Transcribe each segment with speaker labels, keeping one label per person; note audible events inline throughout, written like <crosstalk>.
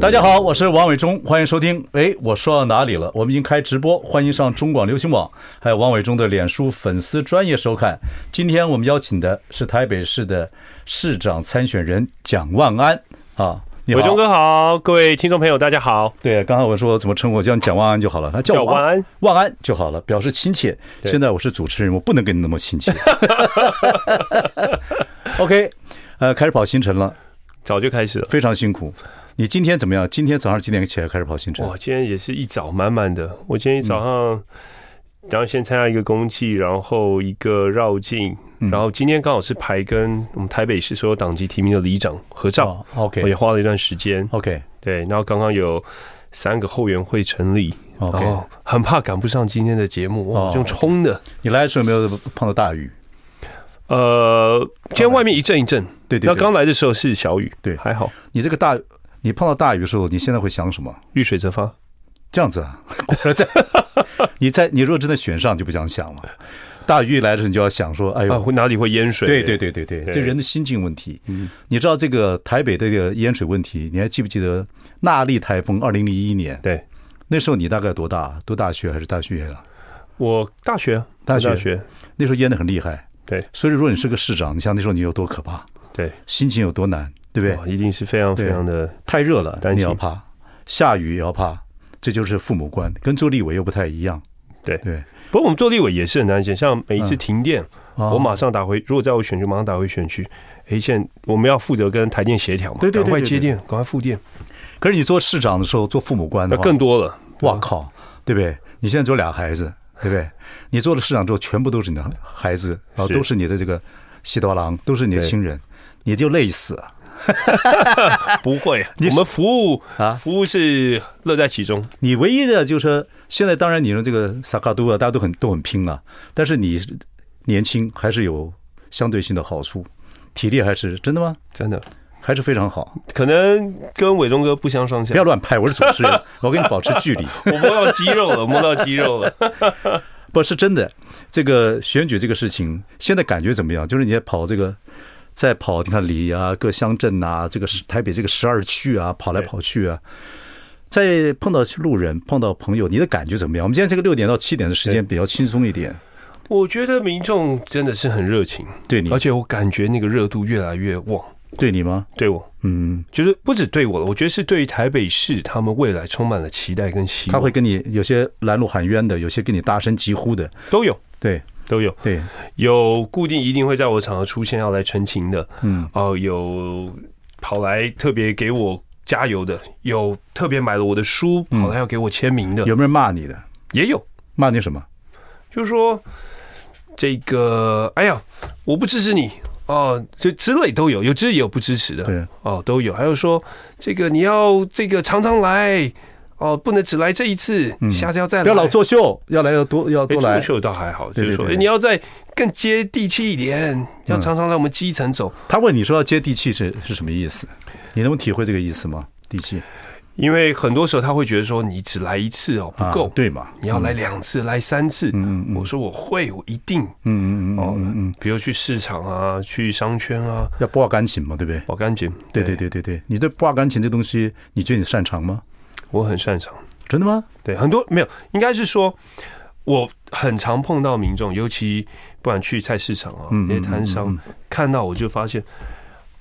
Speaker 1: 大家好，我是王伟忠，欢迎收听。哎，我说到哪里了？我们已经开直播，欢迎上中广流行网，还有王伟忠的脸书粉丝专业收看。今天我们邀请的是台北市的市长参选人蒋万安啊，你好
Speaker 2: 伟忠哥好，各位听众朋友大家好。
Speaker 1: 对，啊刚才我说怎么称呼，叫你蒋万安就好了，他叫
Speaker 2: 叫
Speaker 1: 我
Speaker 2: 万安，
Speaker 1: 万安就好了，表示亲切。
Speaker 2: 对
Speaker 1: 现在我是主持人，我不能跟你那么亲切。OK，呃，开始跑行程了，
Speaker 2: 早就开始了，
Speaker 1: 非常辛苦。你今天怎么样？今天早上几点起来开始跑行程？
Speaker 2: 哇，今天也是一早满满的。我今天一早上，然后先参加一个公祭，然后一个绕境，
Speaker 1: 嗯
Speaker 2: 然后今天刚好是排跟我们台北市所有党籍提名的里长合照，
Speaker 1: 哦，OK
Speaker 2: 我也花了一段时间。
Speaker 1: OK
Speaker 2: 对，然后刚刚有三个后援会成立。然
Speaker 1: OK，
Speaker 2: 后很怕赶不上今天的节目，
Speaker 1: 哦
Speaker 2: 哇，就用冲的。
Speaker 1: 你来的时候有没有碰到大雨？
Speaker 2: 呃，今天外面一阵一阵，
Speaker 1: 对对
Speaker 2: 那
Speaker 1: 对，
Speaker 2: 刚来的时候是小雨，
Speaker 1: 对
Speaker 2: 还好，
Speaker 1: 你这个大，你碰到大雨的时候，你现在会想什么？
Speaker 2: 遇水则发。
Speaker 1: 这样子啊， <laughs> 果然在你在你如果真的选上，就不想想了。大雨一来的时候，你就要想说，哎
Speaker 2: 啊，
Speaker 1: 呦，
Speaker 2: 会哪里会淹水？
Speaker 1: 对对对对对，
Speaker 2: 对
Speaker 1: 这人的心境问题。
Speaker 2: 嗯
Speaker 1: 你知道这个台北的这个淹水问题，你还记不记得纳莉台风二零零一年？
Speaker 2: 对，
Speaker 1: 那时候你大概多大？读大学还是大学了？
Speaker 2: 我大学，
Speaker 1: 大学
Speaker 2: 大学，
Speaker 1: 那时候淹得很厉害。
Speaker 2: 对，
Speaker 1: 所以如果你是个市长，你想那时候你有多可怕，
Speaker 2: 对，
Speaker 1: 心情有多难，对不对？
Speaker 2: 哇一定是非常
Speaker 1: 对
Speaker 2: 非常的
Speaker 1: 太热了，
Speaker 2: 担
Speaker 1: 你
Speaker 2: 心
Speaker 1: 要怕；下雨也要怕，这就是父母官，跟做立委又不太一样。
Speaker 2: 对
Speaker 1: 对，
Speaker 2: 不过我们做立委也是很担心，像每一次停电，
Speaker 1: 啊
Speaker 2: 我马上打回，如果在我选区，马上打回选区。哎，现在我们要负责跟台电协调嘛，
Speaker 1: 对对对
Speaker 2: 赶快
Speaker 1: 对对嗯
Speaker 2: 接电，赶快复电，
Speaker 1: 可是你做市长的时候，做父母官的
Speaker 2: 那
Speaker 1: 话，
Speaker 2: 更多了。
Speaker 1: 哇靠，对不对？你现在只有俩孩子，对不对？你做了市长之后，全部都是你的孩子，然后
Speaker 2: 是
Speaker 1: 都是你的这个西多郎，都是你的
Speaker 2: 对
Speaker 1: 亲人，你就累死啊！
Speaker 2: 不会，
Speaker 1: <laughs> 你
Speaker 2: 我们服务
Speaker 1: 啊
Speaker 2: 服务是乐在其中。
Speaker 1: 你唯一的就是说现在，当然你说这个萨卡都啊，大家都很都很拼啊，但是你年轻还是有相对性的好处，体力还是真的吗？
Speaker 2: 真的，
Speaker 1: 还是非常好，
Speaker 2: 可能跟伟忠哥不相上下
Speaker 1: 不。要乱拍，我是主持
Speaker 2: <laughs>
Speaker 1: 人，我跟你保持距离。
Speaker 2: 我摸到肌肉了，摸 <laughs> 到肌肉了。
Speaker 1: 不是真的，这个选举这个事情，现在感觉怎么样？就是你在跑这个，在跑你看里啊，各乡镇啊，这个十台北这个十二区啊，跑来跑去啊，在碰到路人、碰到朋友，你的感觉怎么样？我们今天这个六点到七点的时间比较轻松一点，
Speaker 2: 我觉得民众真的是很热情，
Speaker 1: 对你
Speaker 2: 而且我感觉那个热度越来越旺，
Speaker 1: 对你吗？
Speaker 2: 对我。
Speaker 1: 嗯，
Speaker 2: 就是不止对我了，我觉得是对于台北市他们未来充满了期待跟希
Speaker 1: 他
Speaker 2: 望，
Speaker 1: 会跟你有些拦路喊冤的，有些跟你大声疾呼的，
Speaker 2: 都有
Speaker 1: 对
Speaker 2: 都有
Speaker 1: 对，
Speaker 2: 有固定一定会在我场合出现要来澄清的，
Speaker 1: 嗯，
Speaker 2: 哦、有跑来特别给我加油的，有特别买了我的书
Speaker 1: 嗯
Speaker 2: 跑来要给我签名的，
Speaker 1: 有没有人骂你的？
Speaker 2: 也有
Speaker 1: 骂你什么？
Speaker 2: 就是说这个哎呀我不支持你哦，这之类都有，有支持也有不支持的，
Speaker 1: 对，
Speaker 2: 哦，都有。还有说这个你要这个常常来哦，不能只来这一次，
Speaker 1: 嗯
Speaker 2: 下次要再来。
Speaker 1: 不要老作秀，要来要多要
Speaker 2: 哎
Speaker 1: 多来
Speaker 2: 足。球倒还好，就
Speaker 1: 对
Speaker 2: 是
Speaker 1: 对
Speaker 2: 说
Speaker 1: 对对
Speaker 2: 哎你要再更接地气一点，要常常来我们基层走。
Speaker 1: 他问你说要接地气是是什么意思？你能体会这个意思吗？地气
Speaker 2: 因为很多时候他会觉得说你只来一次哦不够
Speaker 1: 啊，，对嘛？
Speaker 2: 你要来两次，来三次。
Speaker 1: 嗯，嗯嗯
Speaker 2: 我说我会，我一定
Speaker 1: 嗯嗯嗯
Speaker 2: 哦
Speaker 1: 嗯嗯，，
Speaker 2: 比如去市场啊，去商圈啊，
Speaker 1: 要拨钢琴嘛，对不对？
Speaker 2: 保干净。
Speaker 1: 对对，对对对，你对拨钢琴这东西，你觉得你擅长吗？
Speaker 2: 我很擅长。
Speaker 1: 真的吗？
Speaker 2: 对，很多没有，应该是说，我很常碰到民众，尤其不管去菜市场啊，
Speaker 1: 嗯
Speaker 2: 那些摊商、
Speaker 1: 嗯
Speaker 2: 看到我就发现，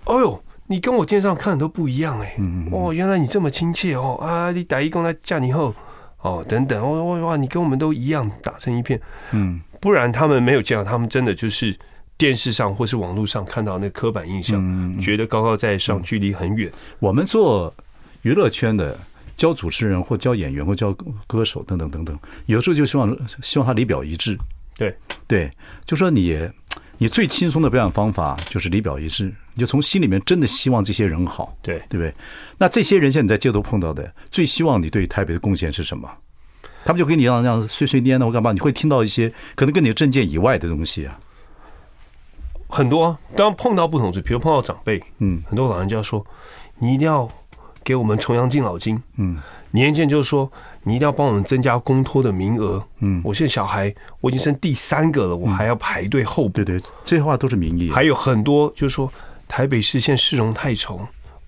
Speaker 2: 哦呦，你跟我电视上看的都不一样哎、
Speaker 1: 嗯嗯嗯，
Speaker 2: 哦，原来你这么亲切哦啊，你打一工来嫁你后哦等等，哦哇哇，你跟我们都一样，打成一片，
Speaker 1: 嗯，
Speaker 2: 不然他们没有见到，他们真的就是电视上或是网络上看到那刻板印象，
Speaker 1: 嗯，
Speaker 2: 觉得高高在上，距离很远，
Speaker 1: 我们做娱乐圈的。教主持人或教演员或教歌手等等等等，有时候就希望希望他离表一致。
Speaker 2: 对
Speaker 1: 对，就说你你最轻松的培养方法就是里表一致，你就从心里面真的希望这些人好，
Speaker 2: 对
Speaker 1: 对不对？那这些人现在你在街头碰到的，最希望你对台北的贡献是什么？他们就给你让让碎碎念的或干嘛，你会听到一些可能跟你的政见以外的东西啊。
Speaker 2: 很多、啊，当碰到不同事，比如碰到长辈，
Speaker 1: 嗯，
Speaker 2: 很多老人家说，你一定要给我们重阳敬老金，
Speaker 1: 嗯，
Speaker 2: 年轻人就是说，你一定要帮我们增加公托的名额，
Speaker 1: 嗯
Speaker 2: 我现在小孩我已经生第三个了，我还要排队候补，
Speaker 1: 对对，这些话都是啊民意。
Speaker 2: 还有很多就是说，台北市现在市容太丑，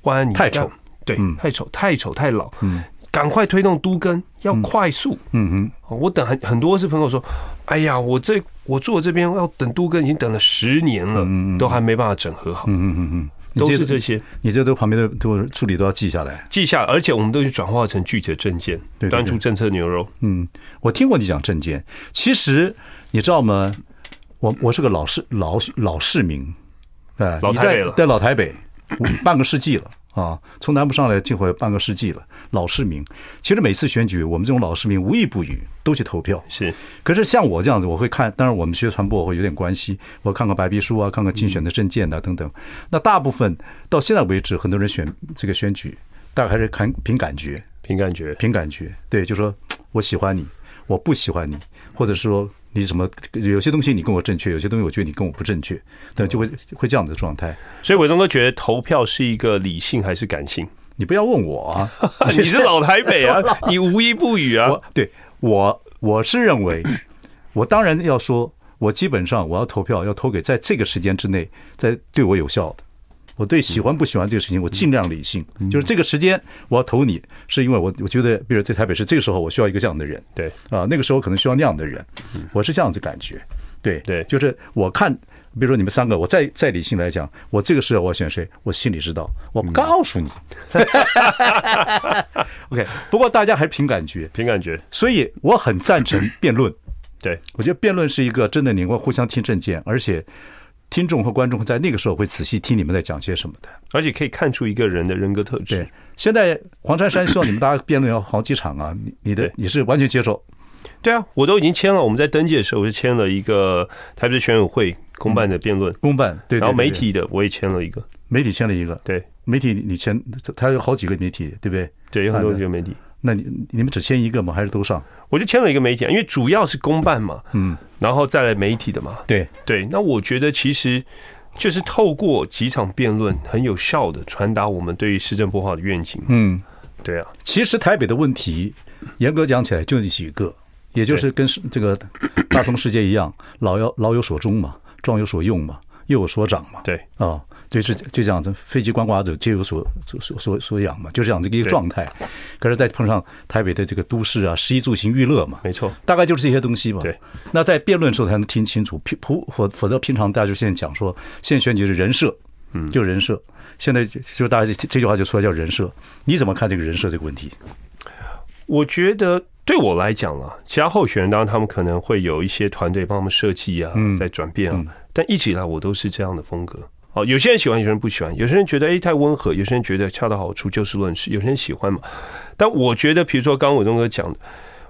Speaker 2: 万安你
Speaker 1: 太丑
Speaker 2: 要，对，
Speaker 1: 嗯
Speaker 2: 太丑，太丑，太老，
Speaker 1: 嗯
Speaker 2: 赶快推动都更，要快速，
Speaker 1: 嗯嗯，
Speaker 2: 哦我等很很多是朋友说，哎呀，我这我坐这边要等都更已经等了十年了，
Speaker 1: 嗯嗯嗯
Speaker 2: 都还没办法整合好，
Speaker 1: 嗯嗯嗯嗯，你
Speaker 2: 都是
Speaker 1: 这
Speaker 2: 这些
Speaker 1: 你这都旁边的都助理都要记下来。
Speaker 2: 记下，而且我们都去转化成具体的证件，
Speaker 1: 对对对
Speaker 2: 端出政策牛肉。
Speaker 1: 嗯，我听过你讲政见，其实你知道吗？我我是个老市老老市民，哎、
Speaker 2: 老
Speaker 1: 你
Speaker 2: 台北
Speaker 1: 在
Speaker 2: 了
Speaker 1: 在老台北半个世纪了啊，从南部上来进回半个世纪了，老市民。其实每次选举，我们这种老市民无一不语，都去投票。
Speaker 2: 是
Speaker 1: 可是像我这样子，我会看，当然我们学传播会有点关系，我看看白皮书啊，看看竞选的证件啊等等。那大部分到现在为止，很多人选这个选举，大概还是看凭感觉，
Speaker 2: 凭感觉，
Speaker 1: 凭感觉，对，就说我喜欢你，我不喜欢你，或者说你什么有些东西你跟我正确，有些东西我觉得你跟我不正确，对，就会
Speaker 2: 嗯
Speaker 1: 会这样的状态。
Speaker 2: 所以伟忠哥觉得投票是一个理性还是感
Speaker 1: <laughs>
Speaker 2: 性？
Speaker 1: 你不要问我
Speaker 2: <laughs>
Speaker 1: 啊，
Speaker 2: 你是老台北
Speaker 1: <laughs>
Speaker 2: 啊，你无一不语啊
Speaker 1: 我。对我我是认为，我当然要说，我基本上我要投票要投给在这个时间之内在对我有效的。我对喜欢不喜欢这个事情，我尽量理性。
Speaker 2: 嗯
Speaker 1: 就是这个时间我要投你，是因为我我觉得，比如在台北市这个时候，我需要一个这样的人。
Speaker 2: 对，
Speaker 1: 啊，那个时候可能需要那样的人，我是这样子感觉。对
Speaker 2: 嗯对
Speaker 1: 就是我看，比如说你们三个，我再再理性来讲，我这个时候我要选谁，我心里知道，我
Speaker 2: 嗯
Speaker 1: 不告诉
Speaker 2: <laughs>
Speaker 1: 你。OK，不过大家还是凭感觉，
Speaker 2: 凭感觉，
Speaker 1: 所以我很赞
Speaker 2: <coughs>
Speaker 1: 成辩论。
Speaker 2: 对，
Speaker 1: 我觉得辩论是一个真的，你会互相听证件，而且听众和观众在那个时候会仔细听你们在讲些什么的。
Speaker 2: 而且可以看出一个人的人格特质
Speaker 1: 对。，现在黄珊珊希望你们大家辩论要好几场啊，你你的
Speaker 2: 对
Speaker 1: 你是完全接受，
Speaker 2: 对啊，我都已经签了。我们在登记的时候，我就签了一个台北市选委会公办的辩论，
Speaker 1: 公办对，对
Speaker 2: 然后媒
Speaker 1: 对
Speaker 2: 体的我也签了一个。
Speaker 1: 媒体签了一个，
Speaker 2: 对
Speaker 1: 媒体你签，它有好几个媒体，对不对？
Speaker 2: 对，有很多
Speaker 1: 啊
Speaker 2: 这个媒体。
Speaker 1: 那你你们只签一个吗？还是都上？
Speaker 2: 我就签了一个媒体啊，因为主要是公办嘛，
Speaker 1: 嗯，
Speaker 2: 然后再来媒体的嘛，
Speaker 1: 对，
Speaker 2: 对。那我觉得其实就是透过几场辩论，很有效的传达我们对于市政破化的愿景。
Speaker 1: 嗯，
Speaker 2: 对啊，
Speaker 1: 其实台北的问题，严格讲起来就那几个，也就是跟是这个大同世界一样，老有老有所终嘛，壮有所用嘛，幼有所长嘛，
Speaker 2: 对
Speaker 1: 啊，就是就这样子，非机关瓜子皆有所所所所所养嘛，就这样子一个
Speaker 2: 对
Speaker 1: 状态。可是再碰上台北的这个都市啊，食衣住行娱乐嘛，
Speaker 2: 没错，
Speaker 1: 大概就是这些东西吧。
Speaker 2: 对，
Speaker 1: 那在辩论的时候才能听清楚，平普否否则平常大家就现在讲说，现在选举是人设，嗯，就人设。现在就就大家这这句话就出来叫人设，你怎么看这个人设这个问题？
Speaker 2: 我觉得对我来讲啦，其他候选人当然他们可能会有一些团队帮他们设计啊，在转变啊，但一直以来我都是这样的风格。哦，有些人喜欢，有些人不喜欢，有些人觉得哎太温和，有些人觉得恰到好处，就事论事，有些人喜欢嘛。但我觉得，比如说刚刚伟东哥讲的，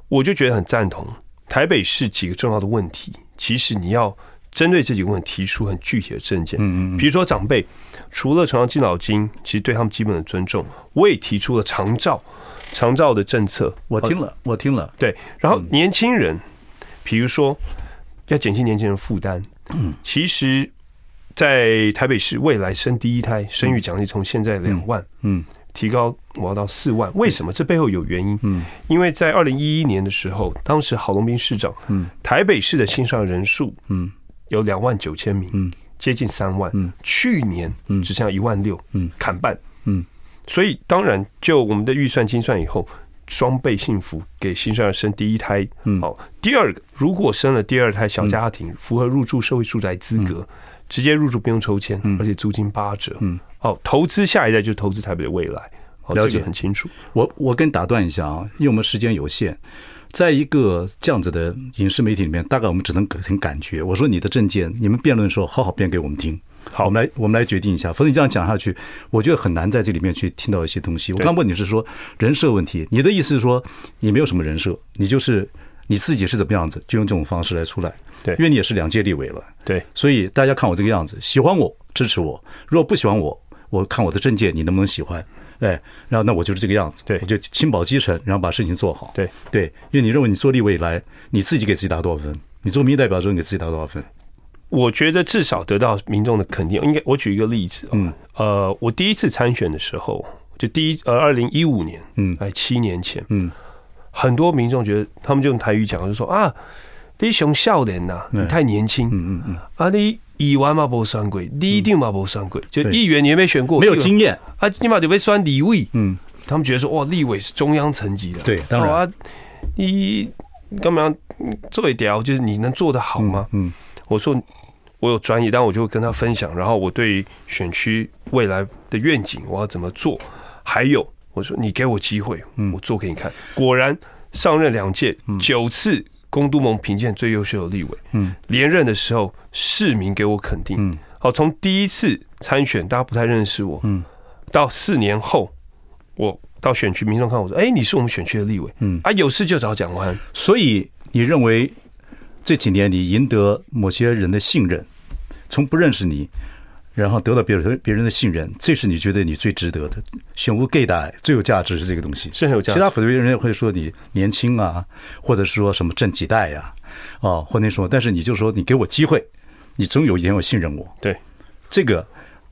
Speaker 2: 我就觉得很赞同。台北市几个重要的问题，其实你要针对这几个问题提出很具体的政见。嗯嗯比如说长辈，除了长照敬老金，其实对他们基本的尊重，我也提出了长照、长照的政策。
Speaker 1: 我听了，我听了，
Speaker 2: 对，然后年轻人，比如说要减轻年轻人负担，其实，在台北市未来生第一胎生育奖励从现在两万，
Speaker 1: 嗯，
Speaker 2: 提高我要到四万，为什么？这背后有原因，嗯，因为在二零一一年的时候，当时郝龙斌市长，嗯，台北市的新上人数，嗯，有两万九千名，嗯，接近三万，嗯，去年只剩下一万六，嗯，砍半，
Speaker 1: 嗯，
Speaker 2: 所以当然就我们的预算精算以后。双倍幸福给新生儿生第一胎，
Speaker 1: 嗯
Speaker 2: 好、第二个，如果生了第二胎小家庭，符合入住社会住宅资格，
Speaker 1: 嗯
Speaker 2: 直接入住不用抽签，而且租金八折，嗯，哦，投资下一代就是投资台北的未来，哦，
Speaker 1: 了解
Speaker 2: 这个很清楚，
Speaker 1: 我我跟你打断一下啊，因为我们时间有限，在一个这样子的影视媒体里面，大概我们只能凭感觉。我说你的证件，你们辩论的时候好好辩给我们听。
Speaker 2: 好
Speaker 1: 我们来我们来决定一下。否则你这样讲下去，我觉得很难在这里面去听到一些东西。我刚问你是说人设问题，你的意思是说你没有什么人设，你就是你自己是怎么样子，就用这种方式来出来。
Speaker 2: 对
Speaker 1: 因为你也是两届立委了，
Speaker 2: 对，
Speaker 1: 所以大家看我这个样子，喜欢我支持我，如果不喜欢我，我看我的政见你能不能喜欢。哎，然后那我就是这个样子，
Speaker 2: 对
Speaker 1: 我就轻薄基层，然后把事情做好，
Speaker 2: 对
Speaker 1: 对，因为你认为你做立委以来，你自己给自己打多少分？你做民意代表之后，你给自己打多少分？
Speaker 2: 我觉得至少得到民众的肯定。应该我举一个例子、哦，
Speaker 1: 嗯，
Speaker 2: 呃，我第一次参选的时候，就第一呃，二零一五年，
Speaker 1: 嗯
Speaker 2: 哎，七年前，
Speaker 1: 嗯，
Speaker 2: 很多民众觉得他们就用台语讲，就说啊，你熊笑脸呐，你太年轻，嗯嗯嗯，啊你。议员嘛不算贵，你一定嘛不算贵，就
Speaker 1: 对
Speaker 2: 议员你也没选过，
Speaker 1: 没有
Speaker 2: 议员
Speaker 1: 经验，
Speaker 2: 啊，起码得被算立委，
Speaker 1: 嗯，
Speaker 2: 他们觉得说哇，立委是中央层级的，
Speaker 1: 对当然
Speaker 2: 哦啊，你干嘛做一条就是你能做得好吗？
Speaker 1: 嗯，
Speaker 2: 我说我有专业，但我就会跟他分享，然后我对选区未来的愿景我要怎么做，还有我说你给我机会，
Speaker 1: 嗯
Speaker 2: 我做给你看。果然上任两届，九次公都盟评鉴最优秀的立委，
Speaker 1: 嗯，
Speaker 2: 连任的时候市民给我肯定，
Speaker 1: 嗯，
Speaker 2: 好，从第一次参选大家不太认识我，
Speaker 1: 嗯，
Speaker 2: 到四年后我。到选区，民众看我说：“哎、你是我们选区的立委，
Speaker 1: 嗯
Speaker 2: 啊，有事就找蒋万安。
Speaker 1: 所以你认为这几年你赢得某些人的信任，从不认识你，然后得到别人别人的信任，这是你觉得你最值得的。选无 gay 的最有价值是这个东西，
Speaker 2: 是很有价
Speaker 1: 其
Speaker 2: 值
Speaker 1: 他否则人家会说你年轻啊，或者是说什么正几代呀、啊，或那什么，但是你就说你给我机会，你总有一天会信任我。
Speaker 2: 对，
Speaker 1: 这个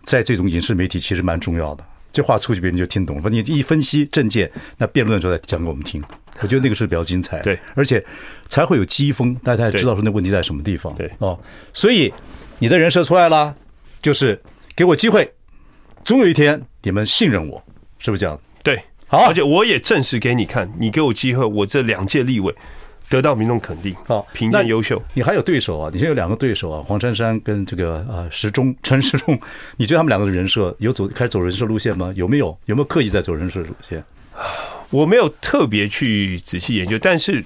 Speaker 1: 在这种影视媒体其实蛮重要的。这话出去别人就听懂了，反正你一分析政见，那辩论的时候再讲给我们听。我觉得那个是比较精彩的，
Speaker 2: 对
Speaker 1: 而且才会有机锋，大家也知道说那问题在什么地方，
Speaker 2: 对
Speaker 1: 哦。所以你的人设出来了，就是给我机会，总有一天你们信任我，是不是这样？
Speaker 2: 对，
Speaker 1: 好啊
Speaker 2: 而且我也证实给你看，你给我机会，我这两届立委得到民众肯定，
Speaker 1: 好
Speaker 2: 评
Speaker 1: 那
Speaker 2: 价优秀。
Speaker 1: 你还有对手啊，你现在有两个对手啊，黄珊珊跟这个呃石钟陈石钟，你觉得他们两个的人设有走开始走人设路线吗？有没有有没有刻意在走人设路线？
Speaker 2: 我没有特别去仔细研究，但是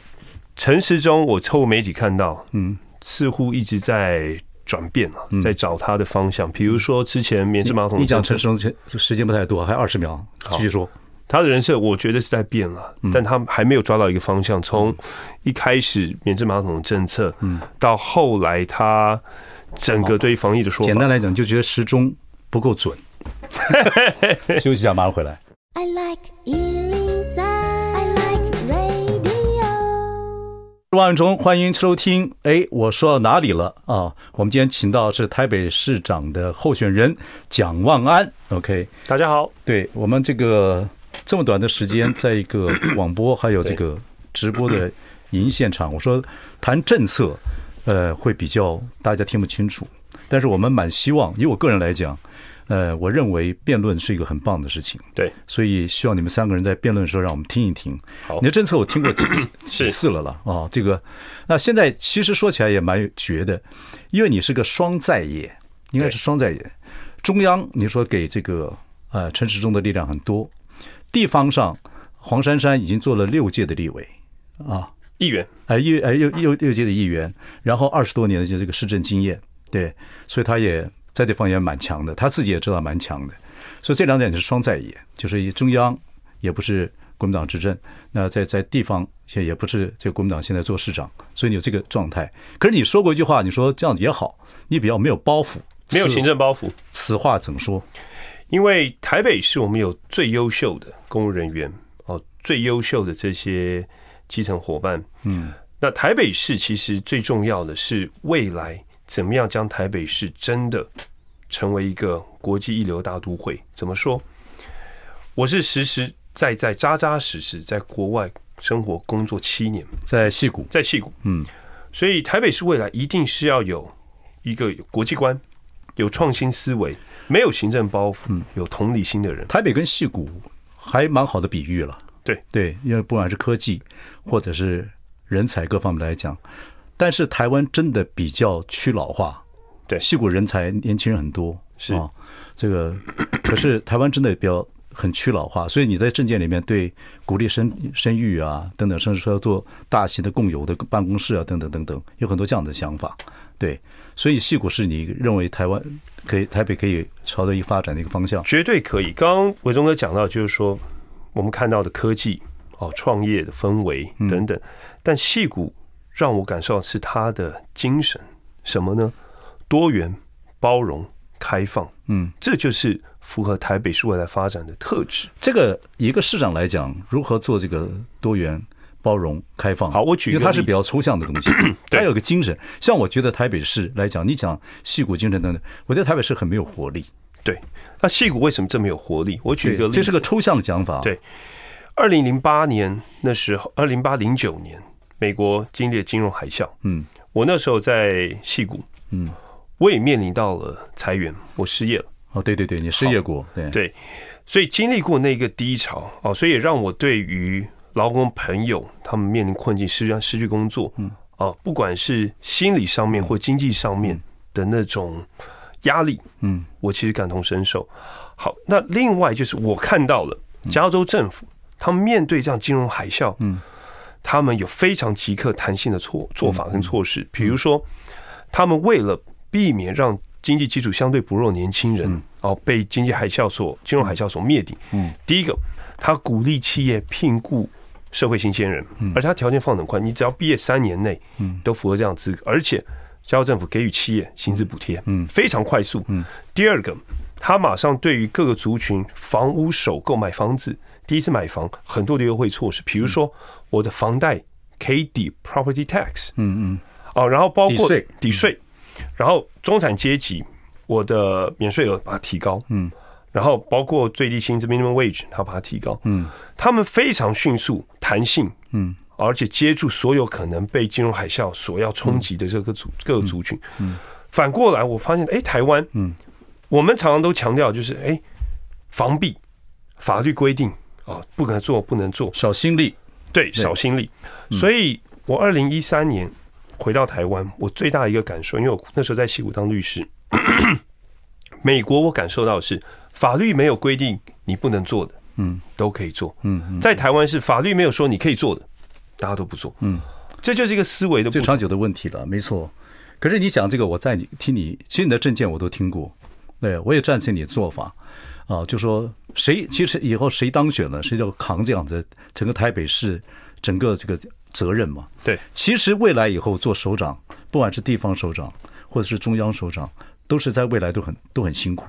Speaker 2: 陈时中，我透过媒体看到，嗯，似乎一直在转变啊，在找他的方向。比如说之前免治马
Speaker 1: 嗯
Speaker 2: 桶，
Speaker 1: 你讲陈时中时间不太多，还有二十秒，继续说。
Speaker 2: 他的人设，我觉得是在变了，但他还没有抓到一个方向。从一开始免治马桶的政策，嗯，到后来他整个对于防疫的说
Speaker 1: 简
Speaker 2: 法，
Speaker 1: 单来讲，就觉得时钟不够准。休息一下，马上回来。
Speaker 3: I like Ealing Sound. I like radio.
Speaker 1: 万中欢迎收听。哎，我说到哪里了啊？我们今天请到是台北市长的候选人蒋万安。OK，
Speaker 2: 大家好，
Speaker 1: 对我们这个这么短的时间，在一个 <coughs> 广播还有这个直播的影音现场，我说谈政策，呃，会比较大家听不清楚。但是我们蛮希望，以我个人来讲，呃，我认为辩论是一个很棒的事情。
Speaker 2: 对，
Speaker 1: 所以希望你们三个人在辩论的时候让我们听一听。
Speaker 2: 好
Speaker 1: 你的政策我听过几次
Speaker 2: 是
Speaker 1: 几次了了啊，这个那现在其实说起来也蛮有绝的，因为你是个双在野，应该是双在野。中央你说给这个呃陈时中的力量很多，地方上黄珊珊已经做了六届的立委，
Speaker 2: 议员。
Speaker 1: 哎，又哎又又又届的议员，然后二十多年的就这个市政经验，对，所以他也在这方面蛮强的，他自己也知道蛮强的，所以这两点是双在野，就是中央也不是国民党执政，那在在地方也也不是这个国民党现在做市长，所以你有这个状态。可是你说过一句话，你说这样子也好，你比较没有包袱，
Speaker 2: 没有
Speaker 1: 此
Speaker 2: 行，政包袱，
Speaker 1: 此话怎说？
Speaker 2: 因为台北市我们有最优秀的公务人员哦，最优秀的这些基层伙伴。嗯，那台北市其实最重要的是未来怎么样将台北市真的成为一个国际一流大都会？怎么说？我是实实在在、扎扎实实在国外生活工作七年，
Speaker 1: 在戏谷，
Speaker 2: 在戏谷，
Speaker 1: 嗯，
Speaker 2: 所以台北市未来一定是要有一个有国际观、有创新思维、没有行政包
Speaker 1: 嗯
Speaker 2: 袱、有同理心的人。
Speaker 1: 台北跟戏谷还蛮好的比喻了。
Speaker 2: 对
Speaker 1: 对，因为不管是科技或者是人才各方面来讲，但是台湾真的比较趋老化。
Speaker 2: 对
Speaker 1: 戏骨人才年轻人很多，
Speaker 2: 是
Speaker 1: 啊、这个可是台湾真的比较很趋老化，所以你在政见里面对鼓励生生育啊等等，甚至说要做大型的共有的办公室啊等等等等，有很多这样的想法。对，所以戏骨是你认为台湾可以台北可以朝着一个发展的一个方向。
Speaker 2: 绝对可以。刚刚伟忠哥讲到，就是说我们看到的科技哦创业的氛围
Speaker 1: 嗯
Speaker 2: 等等。但戏骨让我感受到是他的精神，什么呢？多元、包容、开放，
Speaker 1: 嗯，
Speaker 2: 这就是符合台北市未来发展的特质。
Speaker 1: 这个一个市长来讲，如何做这个多元、包容、开放？
Speaker 2: 好我举一
Speaker 1: 因
Speaker 2: 个
Speaker 1: 为它是
Speaker 2: 例
Speaker 1: 比
Speaker 2: 子
Speaker 1: 较抽象的东西，它有个精神。像我觉得台北市来讲，你讲戏骨精神等等，我觉得台北市很没有活力。
Speaker 2: 对，那戏骨为什么这么有活力？我举一个
Speaker 1: 对
Speaker 2: 例子，
Speaker 1: 这是个抽象的讲法。
Speaker 2: 对二零零八年那时候，二零八零九年，美国经历了金融海啸。
Speaker 1: 嗯，
Speaker 2: 我那时候在戏谷，
Speaker 1: 嗯，
Speaker 2: 我也面临到了裁员，我失业了。
Speaker 1: 哦，对对对，你失业过，对，
Speaker 2: 对，所以经历过那个低潮哦，所以也让我对于劳工朋友他们面临困境、失去失去工作，嗯，哦，不管是心理上面或经济上面的那种压力，
Speaker 1: 嗯，
Speaker 2: 我其实感同身受。好，那另外就是我看到了加州政府，他们面对这样金融海啸，
Speaker 1: 嗯，
Speaker 2: 他们有非常即刻弹性的措做法跟措施，比如说，他们为了避免让经济基础相对薄弱的年轻人哦被经济海啸所金融海啸所灭顶，
Speaker 1: 嗯，
Speaker 2: 第一个，他鼓励企业聘雇社会新鲜人，而他条件放得很宽，你只要毕业三年内，
Speaker 1: 嗯
Speaker 2: 都符合这样的资格，而且加州政府给予企业薪资补贴，
Speaker 1: 嗯
Speaker 2: 非常快速，
Speaker 1: 嗯。
Speaker 2: 第二个，他马上对于各个族群房屋首购买房子，第一次买房很多的优惠措施，比如说我的房贷可以抵 property tax，
Speaker 1: 嗯嗯，
Speaker 2: 哦，然后包
Speaker 1: 抵
Speaker 2: 括
Speaker 1: 税嗯
Speaker 2: 抵税，然后中产阶级我的免税额把它提高，
Speaker 1: 嗯，
Speaker 2: 然后包括最低薪资 minimum wage，它把它提高，
Speaker 1: 嗯，
Speaker 2: 他们非常迅速、弹性，
Speaker 1: 嗯，
Speaker 2: 而且接触所有可能被金融海啸所要冲击的这个族各个族群，嗯，反过来我发现，哎，台湾，
Speaker 1: 嗯，
Speaker 2: 我们常常都强调就是，哎，防弊，法律规定啊，不可做，不能做，
Speaker 1: 少心力，
Speaker 2: 对，少心力。
Speaker 1: 嗯
Speaker 2: 所以我二零一三年回到台湾，我最大的一个感受，因为我那时候在西谷当律师， <clears throat> 美国我感受到的是法律没有规定你不能做的，
Speaker 1: 嗯，
Speaker 2: 都可以做。
Speaker 1: 嗯嗯，
Speaker 2: 在台湾是法律没有说你可以做的，大家都不做。
Speaker 1: 嗯，
Speaker 2: 这就是一个思维的不
Speaker 1: 最
Speaker 2: 同。
Speaker 1: 长久的问题了，没错。可是你讲这个，我在你听你，其实你的证件我都听过，对我也赞成你的做法啊，就说谁其实以后谁当选了，谁就扛这样的整个台北市整个这个责任嘛。
Speaker 2: 对，
Speaker 1: 其实未来以后做首长，不管是地方首长或者是中央首长，都是在未来都很都很辛苦，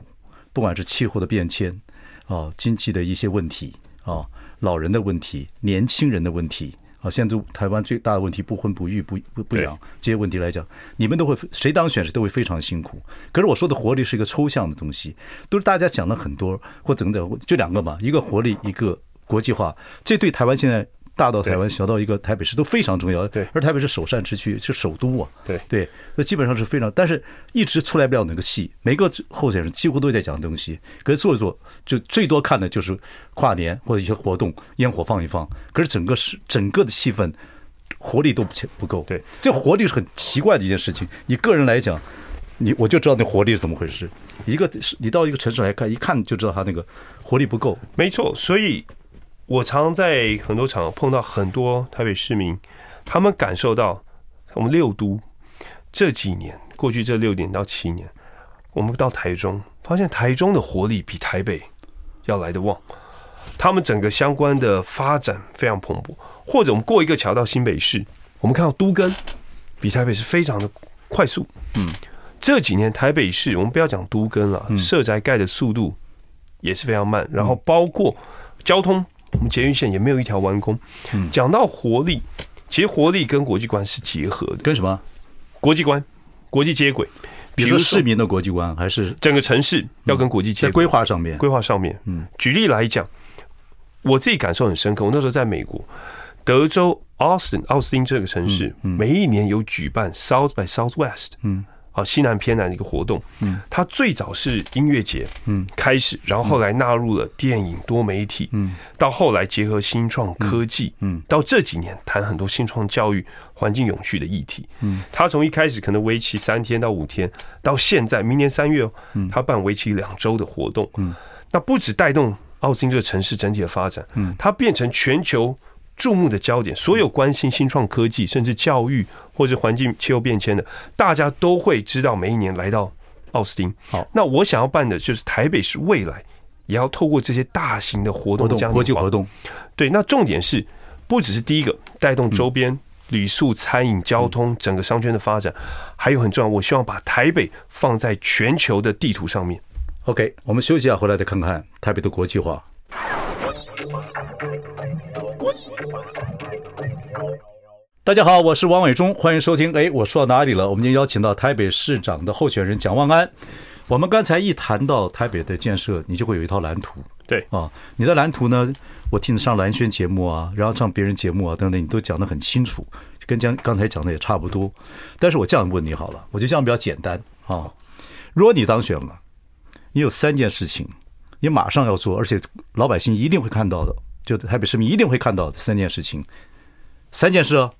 Speaker 1: 不管是气候的变迁，啊，经济的一些问题啊，老人的问题，年轻人的问题啊，现在台湾最大的问题不婚不育不不不
Speaker 2: 对
Speaker 1: 养这些问题来讲，你们都会谁当选谁都会非常辛苦。可是我说的活力是一个抽象的东西，都是大家讲了很多或等等，就两个嘛，一个活力，一个国际化，这对台湾现在。大到台湾，小到一个台北市都非常重要。
Speaker 2: 对
Speaker 1: 而台北是首善之区，是首都啊。
Speaker 2: 对
Speaker 1: 对，那基本上是非常，但是一直出来不了那个戏。每个候选人几乎都在讲东西，可是做一做，就最多看的就是跨年或者一些活动，烟火放一放。可是整个是整个的气氛活力都不不够。
Speaker 2: 对，
Speaker 1: 这活力是很奇怪的一件事情。你个人来讲，你我就知道那活力是怎么回事。一个是你到一个城市来看，一看就知道他那个活力不够。
Speaker 2: 没错，所以我常在很多场合碰到很多台北市民，他们感受到我们六都这几年，过去这六年到七年，我们到台中，发现台中的活力比台北要来的旺，他们整个相关的发展非常蓬勃。或者我们过一个桥到新北市，我们看到都更比台北是非常的快速。嗯，这几年台北市，我们不要讲都更了，社宅盖的速度也是非常慢，然后包括交通，我们捷运线也没有一条完工。讲到活力，其实活力跟国际观是结合的，
Speaker 1: 跟什么？
Speaker 2: 国际观、国际接轨，
Speaker 1: 比如说市民的嗯国际观，还是
Speaker 2: 整个城市要跟国际接
Speaker 1: 在
Speaker 2: 轨。
Speaker 1: 规划上面？
Speaker 2: 规划上面。
Speaker 1: 嗯，
Speaker 2: 举例来讲，我自己感受很深刻。我那时候在美国德州 Austin 奥斯汀这个城市，每一年有举办 South by Southwest，
Speaker 1: 嗯，
Speaker 2: 啊西南偏南的一个活动。嗯，它最早是音乐节，嗯，开始，然后后来纳入了电影多媒体，嗯，到后来结合新创科技，
Speaker 1: 嗯，
Speaker 2: 到这几年谈很多新创教育、环境永续的议题。嗯，它从一开始可能为期三天到五天，到现在明年三月哦，它办为期两周的活动。嗯，那不止带动奥斯汀这个城市整体的发展，嗯，它变成全球注目的焦点，所
Speaker 1: 嗯
Speaker 2: 有关心新创科技，甚至教育或者环境气候变迁的，大家都会知道每一年来到奥斯汀。
Speaker 1: 好
Speaker 2: 那我想要办的就是台北市未来也要透过这些大型的活
Speaker 1: 活
Speaker 2: 动
Speaker 1: 动
Speaker 2: 加，
Speaker 1: 国际活
Speaker 2: 动。
Speaker 1: 动，
Speaker 2: 对，那重点是不只是第一个带动
Speaker 1: 嗯
Speaker 2: 周边。旅宿、餐饮、交通，整个商圈的发展，还有很重要。我希望把台北放在全球的地图上面。
Speaker 1: OK，我们休息一下，回来再看看台北的国际化。大家好，我是王伟忠，欢迎收听。哎，我说到哪里了？我们今天邀请到台北市长的候选人蒋万安。我们刚才一谈到台北的建设，你就会有一套蓝图
Speaker 2: 对，
Speaker 1: 啊。你的蓝图呢，我听你上蓝轩节目啊，然后上别人节目啊等等，你都讲得很清楚，跟讲刚才讲的也差不多。但是我这样问你好了，我觉得这样比较简单啊。如果你当选了，你有三件事情，你马上要做，而且老百姓一定会看到的，就台北市民一定会看到的三件事情，三件事啊，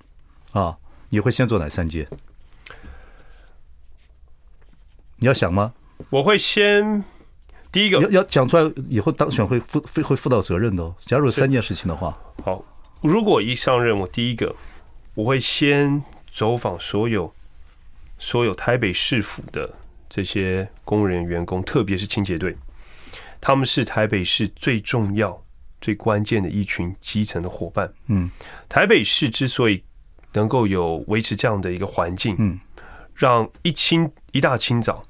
Speaker 1: 啊，你会先做哪三件？你要想吗？
Speaker 2: 我会先第一个
Speaker 1: 要要讲出来以后当选会负会会负到责任的哦。假如有三件事情的话，
Speaker 2: 好，如果一上任，我第一个我会先走访所有所有台北市府的这些工人员工，特别是清洁队，他们是台北市最重要、最关键的一群基层的伙伴。
Speaker 1: 嗯，
Speaker 2: 台北市之所以能够有维持这样的一个环境，
Speaker 1: 嗯，
Speaker 2: 让一清一大清早，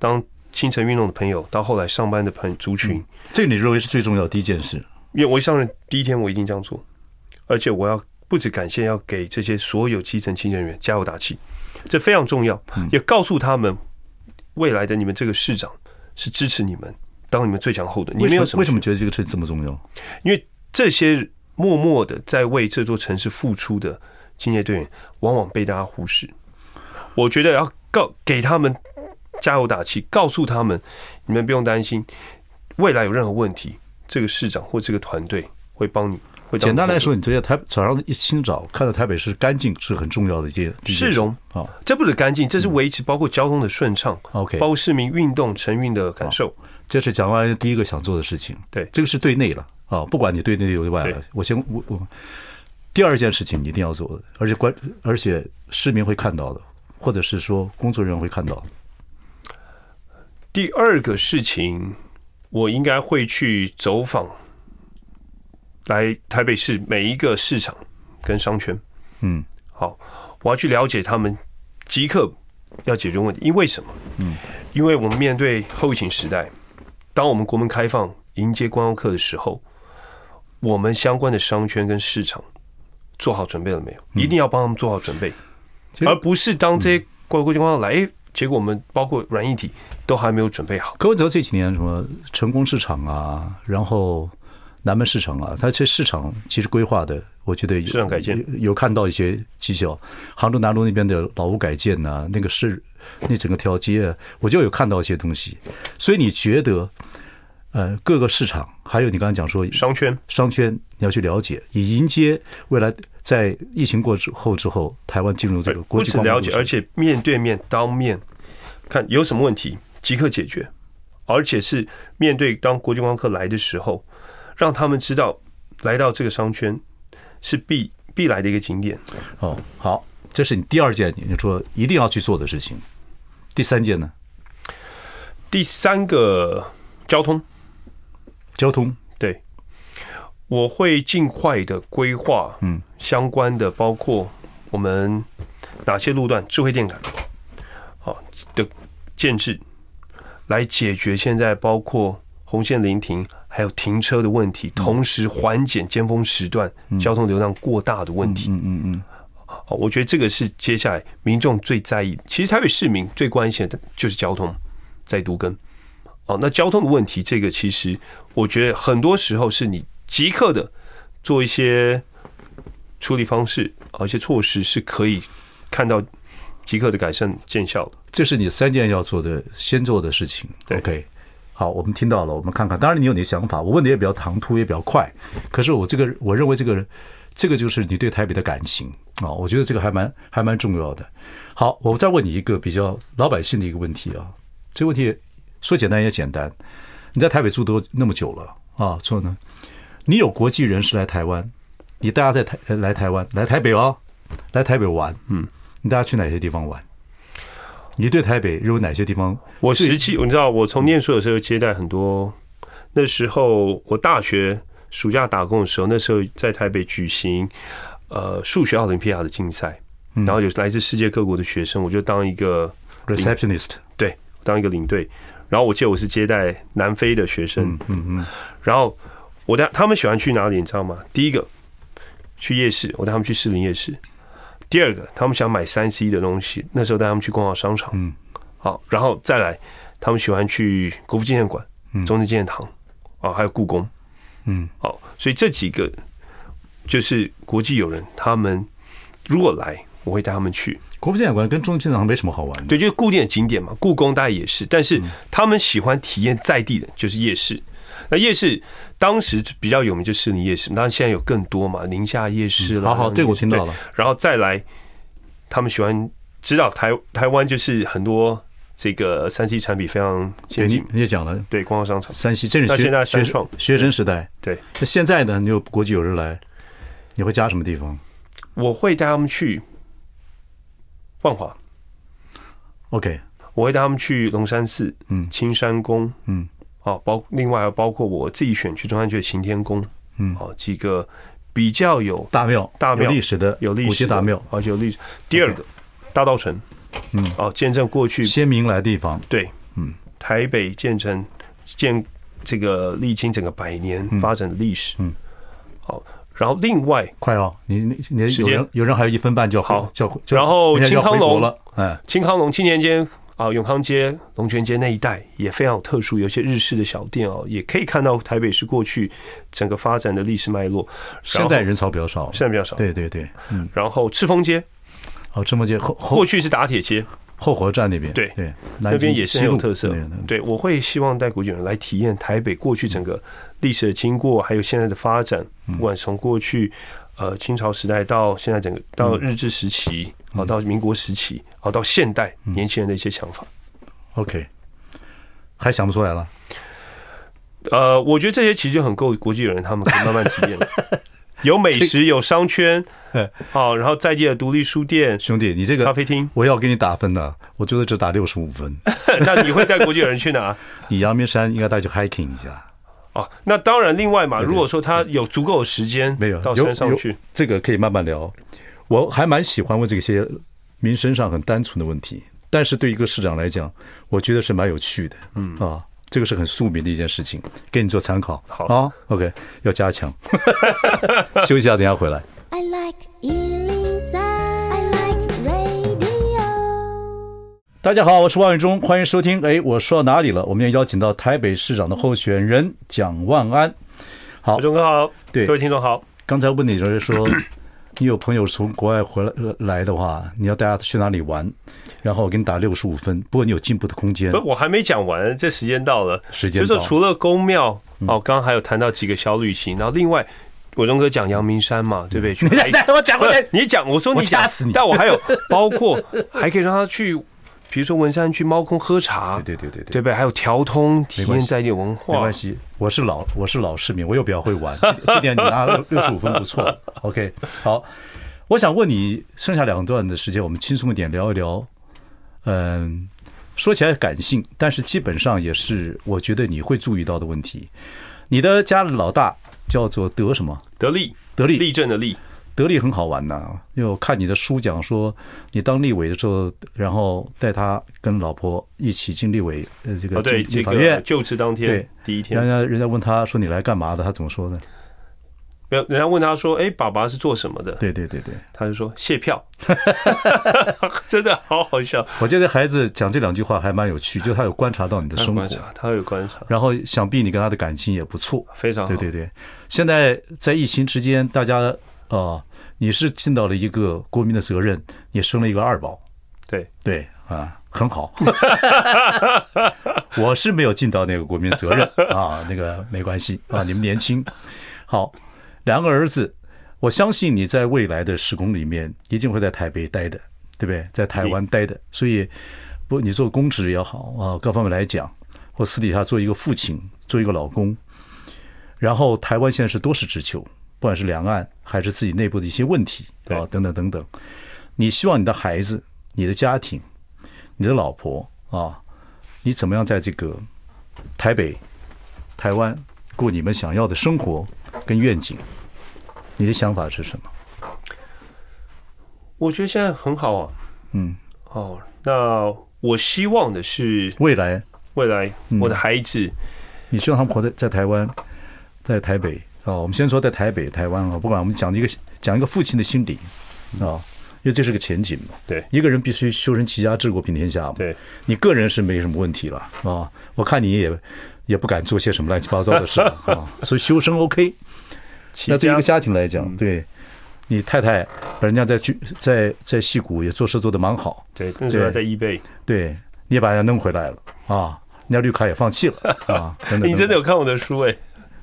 Speaker 2: 当清晨运动的朋友，到后来上班的朋族群，
Speaker 1: 这个你认为是最重要的第一件事。
Speaker 2: 因为我一上任第一天我一定这样做，而且我要不止感谢，要给这些所有基层清洁人员加油打气，这非常重要，也告诉他们未来的你们这个市长是支持你们，当你们最强后盾。你们有什么
Speaker 1: 为什么觉得这个事这么重要？
Speaker 2: 因为这些默默的在为这座城市付出的清洁队员，往往被大家忽视。我觉得要告给他们加油打气，告诉他们，你们不用担心，未来有任何问题，这个市长或这个团队会帮你。会当你
Speaker 1: 简单来
Speaker 2: 后
Speaker 1: 说，你觉得台早上一清早看到台北市干净是很重要的一件
Speaker 2: 市容
Speaker 1: 啊。
Speaker 2: 盾，这不是干净，这是维持包括交通的顺畅，
Speaker 1: 嗯 OK，
Speaker 2: 包括市民运动晨运的感受。
Speaker 1: 这是蒋万安第一个想做的事情。
Speaker 2: 对
Speaker 1: 这个是对内了啊，不管你对内对外了
Speaker 2: 对。
Speaker 1: 我先我我，第二件事情你一定要做的，而且关而且市民会看到的，或者是说工作人员会看到的。
Speaker 2: 第二个事情，我应该会去走访来台北市每一个市场跟商圈。
Speaker 1: 嗯，
Speaker 2: 好，我要去了解他们即刻要解决问题，因为什么？嗯，因为我们面对后疫情时代，当我们国门开放迎接观光客的时候，我们相关的商圈跟市场做好准备了没有？一定要帮他们做好准备，
Speaker 1: 其实
Speaker 2: 而不是当这些国国际观光来，哎、结果我们包括软硬体都还没有准备好。
Speaker 1: 柯文哲这几年什么成功市场啊，然后南门市场啊，他这市场其实规划的，我觉得有
Speaker 2: 市场改建
Speaker 1: 有有看到一些绩效。杭州南路那边的老屋改建呐、那个市那整个条街、啊，我就有看到一些东西。所以你觉得，呃，各个市场，还有你刚才讲说
Speaker 2: 商圈
Speaker 1: 商圈，你要去了解，以迎接未来在疫情过之后之后，台湾进入这个
Speaker 2: 不
Speaker 1: 国际
Speaker 2: 止
Speaker 1: 观光
Speaker 2: 哎了
Speaker 1: 都
Speaker 2: 解，
Speaker 1: 市
Speaker 2: 而且面对面当面看有什么问题，即刻解决，而且是面对当国际观光客来的时候，让他们知道来到这个商圈是必必来的一个景点。
Speaker 1: 哦，好，这是你第二件你说一定要去做的事情。第三件呢，
Speaker 2: 第三个，交通，
Speaker 1: 交通。
Speaker 2: 对，我会尽快的规划，嗯，相关的包括我们哪些路段智慧电感，好的建制，来解决现在包括红线临停还有停车的问
Speaker 1: 嗯
Speaker 2: 题，同时缓解尖峰时段交通流量过大的问题。
Speaker 1: 嗯嗯嗯，
Speaker 2: 好，我觉得这个是接下来民众最在意的。其实台北市民最关心的就是交通，在都跟。哦，那交通的问题，这个其实我觉得很多时候是你即刻的做一些处理方式，啊，一些措施是可以看到即刻的改善见效的。
Speaker 1: 这是你三件要做的先做的事情。
Speaker 2: 对
Speaker 1: OK，好，我们听到了，我们看看。当然，你有你的想法，我问的也比较唐突，也比较快。可是我这个，我认为这个，这个就是你对台北的感情啊、我觉得这个还蛮还蛮重要的。好，我再问你一个比较老百姓的一个问题啊，这个问题说简单也简单。你在台北住多那么久了啊，之后呢，你有国际人士来台湾，你大家在台呃来台湾来台北哦，来台北玩，嗯，你大家去哪些地方玩？你对台北认为哪些地方？
Speaker 2: 我
Speaker 1: 最
Speaker 2: 实际，你知道，我从念书的时候接待很多，那时候我大学暑假打工的时候，那时候在台北举行呃数学奥林匹亚的竞赛，然后有来自世界各国的学生，我就当一个
Speaker 1: receptionist，
Speaker 2: 对，当一个领队。然后我记得我是接待南非的学生，
Speaker 1: 嗯嗯，
Speaker 2: 然后我带他们喜欢去哪里，你知道吗？第一个去夜市，我带他们去士林夜市；第二个，他们想买三 C 的东西，那时候带他们去逛逛商场。
Speaker 1: 嗯，
Speaker 2: 好，然后再来，他们喜欢去国父纪念馆、
Speaker 1: 嗯
Speaker 2: 中正纪念堂啊，还有故宫。
Speaker 1: 嗯，
Speaker 2: 好，所以这几个就是国际友人，他们如果来，我会带他们去。
Speaker 1: 国父纪念馆跟中正纪念堂没什么好玩的。
Speaker 2: 对，就是固定的景点嘛，故宫大概也是，但是
Speaker 1: 嗯
Speaker 2: 他们喜欢体验在地的，就是夜市。那夜市当时比较有名就是士林夜市，当然现在有更多嘛，宁夏夜市啦。
Speaker 1: 嗯好好，这个我听到
Speaker 2: 对。
Speaker 1: 了。
Speaker 2: 然后再来，他们喜欢知道台台湾就是很多这个三 C 产品非常
Speaker 1: 对，
Speaker 2: 先
Speaker 1: 哎你
Speaker 2: 进，
Speaker 1: 你也讲了，
Speaker 2: 对，光光商场。
Speaker 1: 山西这是
Speaker 2: 到
Speaker 1: 学
Speaker 2: 现在
Speaker 1: 学
Speaker 2: 三创
Speaker 1: 学生时代。
Speaker 2: 对，
Speaker 1: 那现在呢？你有国际友人来，你会加什么地方
Speaker 2: 我会带他们去万华，
Speaker 1: ？OK，
Speaker 2: 我会带他们去龙山寺、
Speaker 1: 嗯
Speaker 2: 青山宫，
Speaker 1: 嗯，
Speaker 2: 哦，包另外还包括我自己选去中山区的行天宫，
Speaker 1: 嗯
Speaker 2: 哦，几个比较有
Speaker 1: 大庙，
Speaker 2: 大庙
Speaker 1: 有历史的，
Speaker 2: 有历
Speaker 1: 古迹
Speaker 2: 史的
Speaker 1: 大庙，，
Speaker 2: 而且有历史。第二个大道城，
Speaker 1: 嗯，
Speaker 2: 哦，见证过去
Speaker 1: 先民来地方。
Speaker 2: 对，
Speaker 1: 嗯，
Speaker 2: 台北建成建这个历经整个百年发展的历史，
Speaker 1: 嗯，
Speaker 2: 好，然后另外
Speaker 1: 快哦，你你你
Speaker 2: 时
Speaker 1: 有
Speaker 2: 间
Speaker 1: 人有人还有一分半就要回
Speaker 2: 好
Speaker 1: 就要就
Speaker 2: 然后
Speaker 1: 人家要
Speaker 2: 清康
Speaker 1: 回国
Speaker 2: 隆
Speaker 1: 了，哎，
Speaker 2: 清康隆青年街啊、永康街、龙泉街那一带也非常有特殊，有一些日式的小店哦，也可以看到台北市过去整个发展的历史脉络。然
Speaker 1: 现
Speaker 2: 后
Speaker 1: 在人潮比较少了。
Speaker 2: 现在比较少，
Speaker 1: 对对对，嗯，
Speaker 2: 然后赤峰街
Speaker 1: 哦，这么街后后
Speaker 2: 过去是打铁街，
Speaker 1: 后火车站那边，
Speaker 2: 对
Speaker 1: 对，
Speaker 2: 那
Speaker 1: 那
Speaker 2: 边也是很有特色
Speaker 1: 对，对
Speaker 2: 对，我会希望带古籍人来体验台北过去整个历史的经过，还有现在的发展，
Speaker 1: 嗯
Speaker 2: 不管从过去呃清朝时代到现在整个
Speaker 1: 嗯
Speaker 2: 到日治时期，啊，到民国时期，啊，到现代
Speaker 1: 嗯
Speaker 2: 年轻人的一些想法。
Speaker 1: OK，还想不出来了。
Speaker 2: 呃，我觉得这些其实就很够国际友人他们可以慢慢
Speaker 1: <laughs>
Speaker 2: 体验了。有美食，有商圈，好，然后在地的独立书店、
Speaker 1: 兄弟，你这
Speaker 2: 咖
Speaker 1: 个
Speaker 2: 啡
Speaker 1: <laughs>
Speaker 2: 厅，
Speaker 1: 我要给你打分的，我觉得只打六十五
Speaker 2: <laughs>
Speaker 1: 分。
Speaker 2: 那你会带国际友人去哪？
Speaker 1: 你阳明山应该带去 hiking 一下，
Speaker 2: 哦，那当然，另外嘛，
Speaker 1: 对
Speaker 2: 如果说他有足够的时间，
Speaker 1: 没有
Speaker 2: 到
Speaker 1: 有
Speaker 2: 山上
Speaker 1: 有
Speaker 2: 去，
Speaker 1: 这个可以慢慢聊。我还蛮喜欢问这些民生上很单纯的问题，但是对一个市长来讲，我觉得是蛮有趣的。嗯啊，这个是很庶民的一件事情，给你做参考。
Speaker 2: 好
Speaker 1: 啊，OK，要加强。 <laughs> 休息一下，等一下回来。
Speaker 3: I like Ealing Sound. I like radio.
Speaker 1: 大家好，我是万永忠，欢迎收听。哎，我说到哪里了？我们也邀请到台北市长的候选人蒋万安。好
Speaker 2: 小钟哥好，
Speaker 1: 对
Speaker 2: 各位听众好。
Speaker 1: 刚才问你就是说，你有朋友从国外回来来的话，你要带他去哪里玩？然后我给你打六十五分，不过你有进步的空间
Speaker 2: 不，。我还没讲完，这时间到了。
Speaker 1: 嗯时间
Speaker 2: 就
Speaker 1: 到嗯
Speaker 2: 是除了宫庙哦，刚刚还有谈到几个小旅行，然后另外，我钟哥讲阳明山嘛，对
Speaker 1: <laughs>
Speaker 2: 不对？去
Speaker 1: 你来嗯我讲
Speaker 2: 不
Speaker 1: 我
Speaker 2: 是
Speaker 1: 来
Speaker 2: 你讲，我说
Speaker 1: 我
Speaker 2: 你讲
Speaker 1: 掐死你
Speaker 2: 但我
Speaker 1: <laughs>
Speaker 2: 还有包括还可以让他去，比如说文山去猫空喝茶，
Speaker 1: 对对对对
Speaker 2: 对不对？还有调通体
Speaker 1: 没关
Speaker 2: 验
Speaker 1: 系
Speaker 2: 在地文化，
Speaker 1: 没关系，我是老我是老市民，我又比较会玩，这这点你拿了六十五分不错。OK，好，我想问你，剩下两段的时间，我们轻松一点聊一聊。嗯，说起来感性，但是基本上也是我觉得你会注意到的问题。你的家里老大叫做德什么？
Speaker 2: 得力
Speaker 1: 得力
Speaker 2: 立正的力，
Speaker 1: 德利很好玩呐、因为我看你的书讲说，你当立委的时候，然后带他跟老婆一起进立委，呃，这个
Speaker 2: 哦对，
Speaker 1: 进
Speaker 2: 这
Speaker 1: 立法院
Speaker 2: 个，就职当天
Speaker 1: 对
Speaker 2: 第一
Speaker 1: 人
Speaker 2: 天，
Speaker 1: 家人家问他说你来干嘛的，他怎么说呢？
Speaker 2: 没有人家问他说，哎，爸爸是做什么的？
Speaker 1: 对对对对，
Speaker 2: 他就说谢票， <laughs> 真的好好笑。
Speaker 1: 我觉得孩子讲这两句话还蛮有趣，就他有观察到你的
Speaker 2: 他有
Speaker 1: 生活
Speaker 2: 观，察，他有观察，
Speaker 1: 然后想必你跟他的感情也不错。
Speaker 2: 非常好。
Speaker 1: 对对对，现在在疫情之间，大家啊、呃你是尽到了一个国民的责任，你生了一个二宝，
Speaker 2: 对
Speaker 1: 对啊，很好。 <laughs> 我是没有尽到那个国民责任啊，那个没关系啊，你们年轻。好，两个儿子，我相信你在未来的时空里面一定会在台北待的，对不对？在台湾待的，所以不，你做公职也好啊，各方面来讲，或私底下做一个父亲，做一个老公。然后台湾现在是多事之秋，不管是两岸还是自己内部的一些问题
Speaker 2: 对
Speaker 1: 啊，等等等等。你希望你的孩子、你的家庭、你的老婆啊，你怎么样在这个台北、台湾过你们想要的生活，跟愿景，你的想法是什么？
Speaker 2: 我觉得现在很好啊。
Speaker 1: 嗯，
Speaker 2: 哦，那我希望的是
Speaker 1: 未来
Speaker 2: 未来
Speaker 1: 嗯
Speaker 2: 我的孩子，
Speaker 1: 你希望他们活在在台湾，在台北啊、我们先说在台北、台湾啊、不管我们讲一个讲一个父亲的心理啊、因为这是个前景嘛。
Speaker 2: 嗯对
Speaker 1: 一个人必须修身齐家治国平天下嘛。
Speaker 2: 对，
Speaker 1: 你个人是没什么问题了啊、我看你也也不敢做些什么乱七八糟
Speaker 2: <laughs>
Speaker 1: 的事了啊、所以修身 OK。
Speaker 2: 齐
Speaker 1: 那对一
Speaker 2: 家嗯
Speaker 1: 个家庭来讲，对你太太，人家在去在在戏谷也做事做得蛮好，
Speaker 2: 对，那时
Speaker 1: 对
Speaker 2: 候还在 E eBay。
Speaker 1: 对，你也把人家弄回来了啊，人家绿卡也放弃了啊，等等。
Speaker 2: <laughs> 你真的有看我的书哎？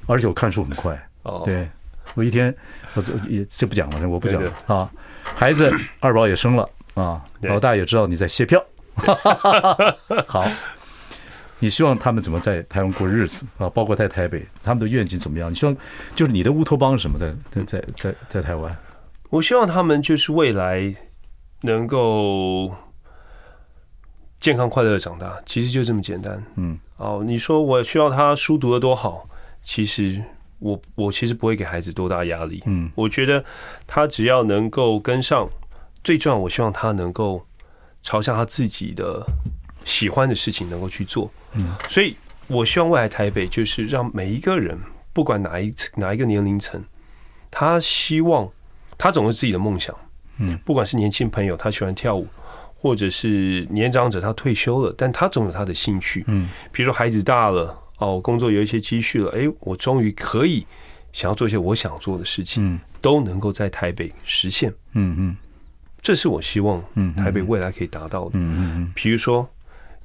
Speaker 1: 而且我看书很快，
Speaker 2: 哦，
Speaker 1: 对我一天我这也这不讲了，我不讲
Speaker 2: 对
Speaker 1: 了啊。孩子二宝也生了啊，
Speaker 2: 对
Speaker 1: 老大也知道你在卸票， <laughs> 好。你希望他们怎么在台湾过日子啊？包括在台北，他们的愿景怎么样？你希望就是你的乌托邦是什么的，在在在在在台湾，
Speaker 2: 我希望他们就是未来能够健康快乐的长大，其实就这么简单。
Speaker 1: 嗯，
Speaker 2: 哦，你说我需要他书读得多好，其实我我其实不会给孩子多大压力。
Speaker 1: 嗯，
Speaker 2: 我觉得他只要能够跟上，最重要，我希望他能够朝向他自己的喜欢的事情能够去做。
Speaker 1: 嗯，
Speaker 2: 所以我希望未来台北就是让每一个人，不管哪一哪一个年龄层，他希望他总有自己的梦想。
Speaker 1: 嗯，
Speaker 2: 不管是年轻朋友他喜欢跳舞，或者是年长者他退休了，但他总有他的兴趣。
Speaker 1: 嗯，
Speaker 2: 比如说孩子大了，哦，我工作有一些积蓄了，哎，我终于可以想要做一些我想做的事情，
Speaker 1: 嗯
Speaker 2: 都能够在台北实现。
Speaker 1: 嗯嗯
Speaker 2: 这是我希望
Speaker 1: 嗯
Speaker 2: 台北未来可以达到的。
Speaker 1: 嗯嗯
Speaker 2: 比如说，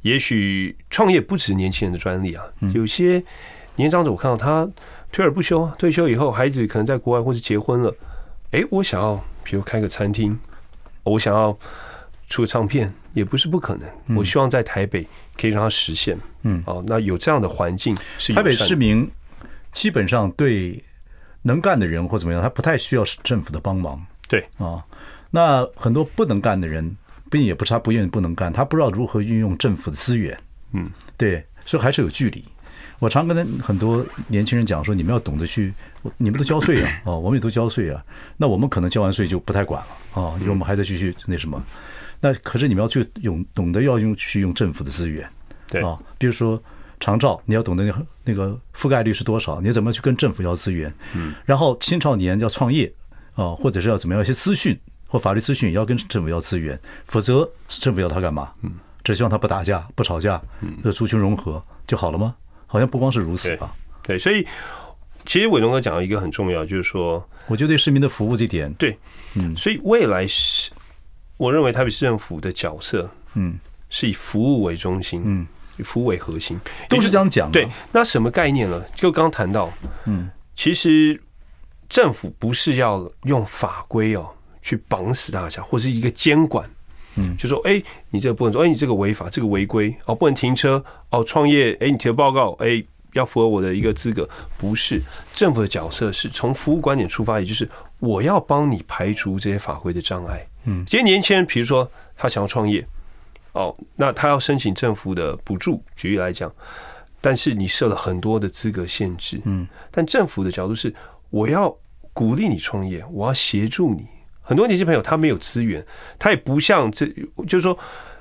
Speaker 2: 也许创业不止年轻人的专利啊，
Speaker 1: 嗯
Speaker 2: 有些年长者我看到他退而不休，啊退休以后孩子可能在国外或是结婚了，诶，我想要，比如开个餐厅，我想要出个唱片，也不是不可能。我希望在台北可以让它实现。
Speaker 1: 嗯
Speaker 2: 哦，那有这样的环境是
Speaker 1: 嗯，
Speaker 2: 友
Speaker 1: 台北
Speaker 2: 善的
Speaker 1: 市民基本上对能干的人或怎么样，他不太需要政府的帮忙
Speaker 2: 对
Speaker 1: 啊。那很多不能干的人，并也不是他不愿意不能干，他不知道如何运用政府的资源。
Speaker 2: 嗯，
Speaker 1: 对，所以还是有距离。我常跟很多年轻人讲说，你们要懂得去，你们都交税啊，哦，我们也都交税啊。那我们可能交完税就不太管了啊，因为我们还得继续那什么。那可是你们要去用，懂得要用去用政府的资源。
Speaker 2: 对
Speaker 1: 啊，比如说长照，你要懂得那个那个覆盖率是多少，你怎么去跟政府要资源，嗯，然后青少年要创业啊，或者是要怎么样一些资讯或法律资讯也要跟政府要资源，否则政府要他干嘛？嗯，只希望他不打架、不吵架，呃，族群融合就好了吗？好像不光是如此啊
Speaker 2: 对
Speaker 1: 吧？
Speaker 2: 对，所以其实伟龙哥讲到一个很重要，就是说
Speaker 1: 我觉得对市民的服务这点，
Speaker 2: 对，
Speaker 1: 嗯
Speaker 2: 所以未来是，我认为台北市政府的角色
Speaker 1: 嗯，
Speaker 2: 是以服务为中心，
Speaker 1: 嗯，
Speaker 2: 以服务为核心，
Speaker 1: 都是这样讲的，
Speaker 2: 对，那什么概念呢？就刚刚谈到，
Speaker 1: 嗯，
Speaker 2: 其实政府不是要用法规哦去绑死大家，或是一个监管，
Speaker 1: 嗯
Speaker 2: 就说哎、你这个不能做，哎、你这个违法，这个违规哦，不能停车哦，创业，哎、你提的报告，哎、要符合我的一个资格，不是政府的角色是从服务观点出发，也就是我要帮你排除这些法规的障碍。
Speaker 1: 嗯
Speaker 2: 这些年轻人，比如说他想要创业，哦，那他要申请政府的补助，举例来讲，但是你设了很多的资格限制，
Speaker 1: 嗯，
Speaker 2: 但政府的角度是，我要鼓励你创业，我要协助你。很多年轻朋友他没有资源，他也不像这，就是说，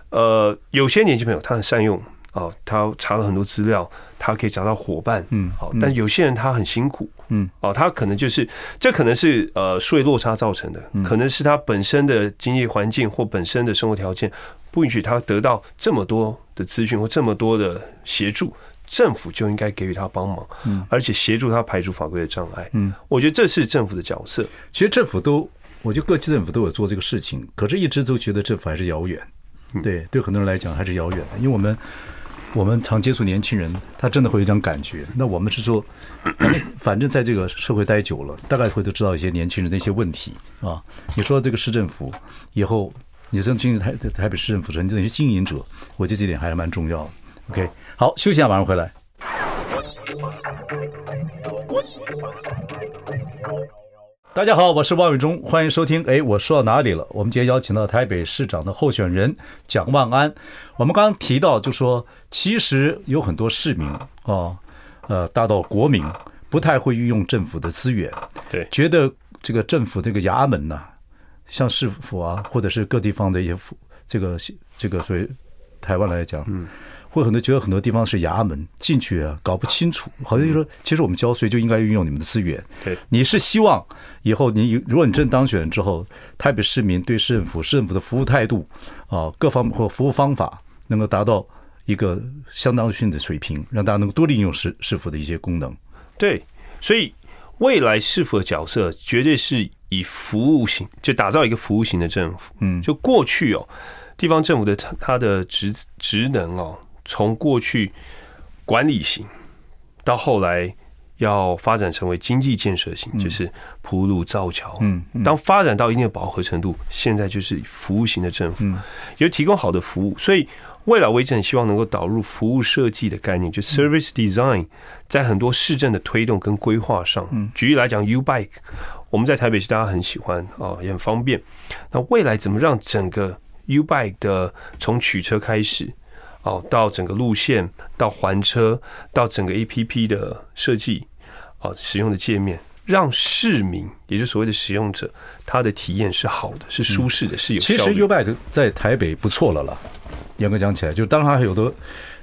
Speaker 2: 呃，有些年轻朋友他很善用啊、哦他查了很多资料，他可以找到伙伴，
Speaker 1: 嗯
Speaker 2: 好、
Speaker 1: 嗯
Speaker 2: 但有些人他很辛苦，
Speaker 1: 嗯，
Speaker 2: 哦，他可能就是这可能是呃税落差造成的，
Speaker 1: 嗯
Speaker 2: 可能是他本身的经济环境或本身的生活条件不允许他得到这么多的资讯或这么多的协助，政府就应该给予他帮忙，嗯，而且协助他排除法规的障碍，嗯，我觉得这是政府的角色，
Speaker 1: 其实政府都，我觉得各级政府都有做这个事情，可是一直都觉得政府还是遥远。对，对很多人来讲还是遥远的，因为我们我们常接触年轻人，他真的会有一种感觉。那我们是说，反正反正在这个社会待久了，大概会都知道一些年轻人的一些问题啊。你说这个市政府以后，你真经营台台北市政府成你是经营者，我觉得这点还是蛮重要的。OK，好，休息一下，马上回来。大家好，我是王伟忠，欢迎收听。哎，我说到哪里了？我们今天邀请到台北市长的候选人蒋万安。我们刚刚提到，就说其实有很多市民啊、哦，呃，大到国民，不太会运用政府的资源，
Speaker 2: 对
Speaker 1: 觉得这个政府这个衙门呐、像市府啊，或者是各地方的一些府，这个这个，所以台湾来讲，嗯，会很多觉得很多地方是衙门进去啊，搞不清楚，好像就说，其实我们交税就应该运用你们的资源。
Speaker 2: 对
Speaker 1: 你是希望以后你如果你真当选之后，台北市民对市政府、市政府的服务态度啊，各方或服务方法能够达到一个相当性的水平，让大家能够多利用市市府的一些功能。
Speaker 2: 对，所以未来市府的角色绝对是以服务型，就打造一个服务型的政府。嗯，就过去哦，地方政府的它它的职职能哦，从过去管理型到后来。要发展成为经济建设型，就是铺路造桥。
Speaker 1: 嗯
Speaker 2: 当发展到一定的饱和程度，现在就是以服务型的政
Speaker 1: 嗯
Speaker 2: 府，有提供好的服务。所以未来我一直很希望能够导入服务设计的概念，
Speaker 1: 嗯
Speaker 2: 就 service design，在很多市政的推动跟规划上。
Speaker 1: 嗯
Speaker 2: 举例来讲，U Bike，我们在台北市大家很喜欢哦，也很方便。那未来怎么让整个 U Bike 的从取车开始？哦，到整个路线，到还车，到整个 A P P 的设计，哦，使用的界面，让市民，也就是所谓的使用者，他的体验是好的，是舒适的，是有效
Speaker 1: 嗯其
Speaker 2: 率
Speaker 1: 实
Speaker 2: 的。
Speaker 1: U Bike 在台北不错了啦，严格讲起来，就当然还有的，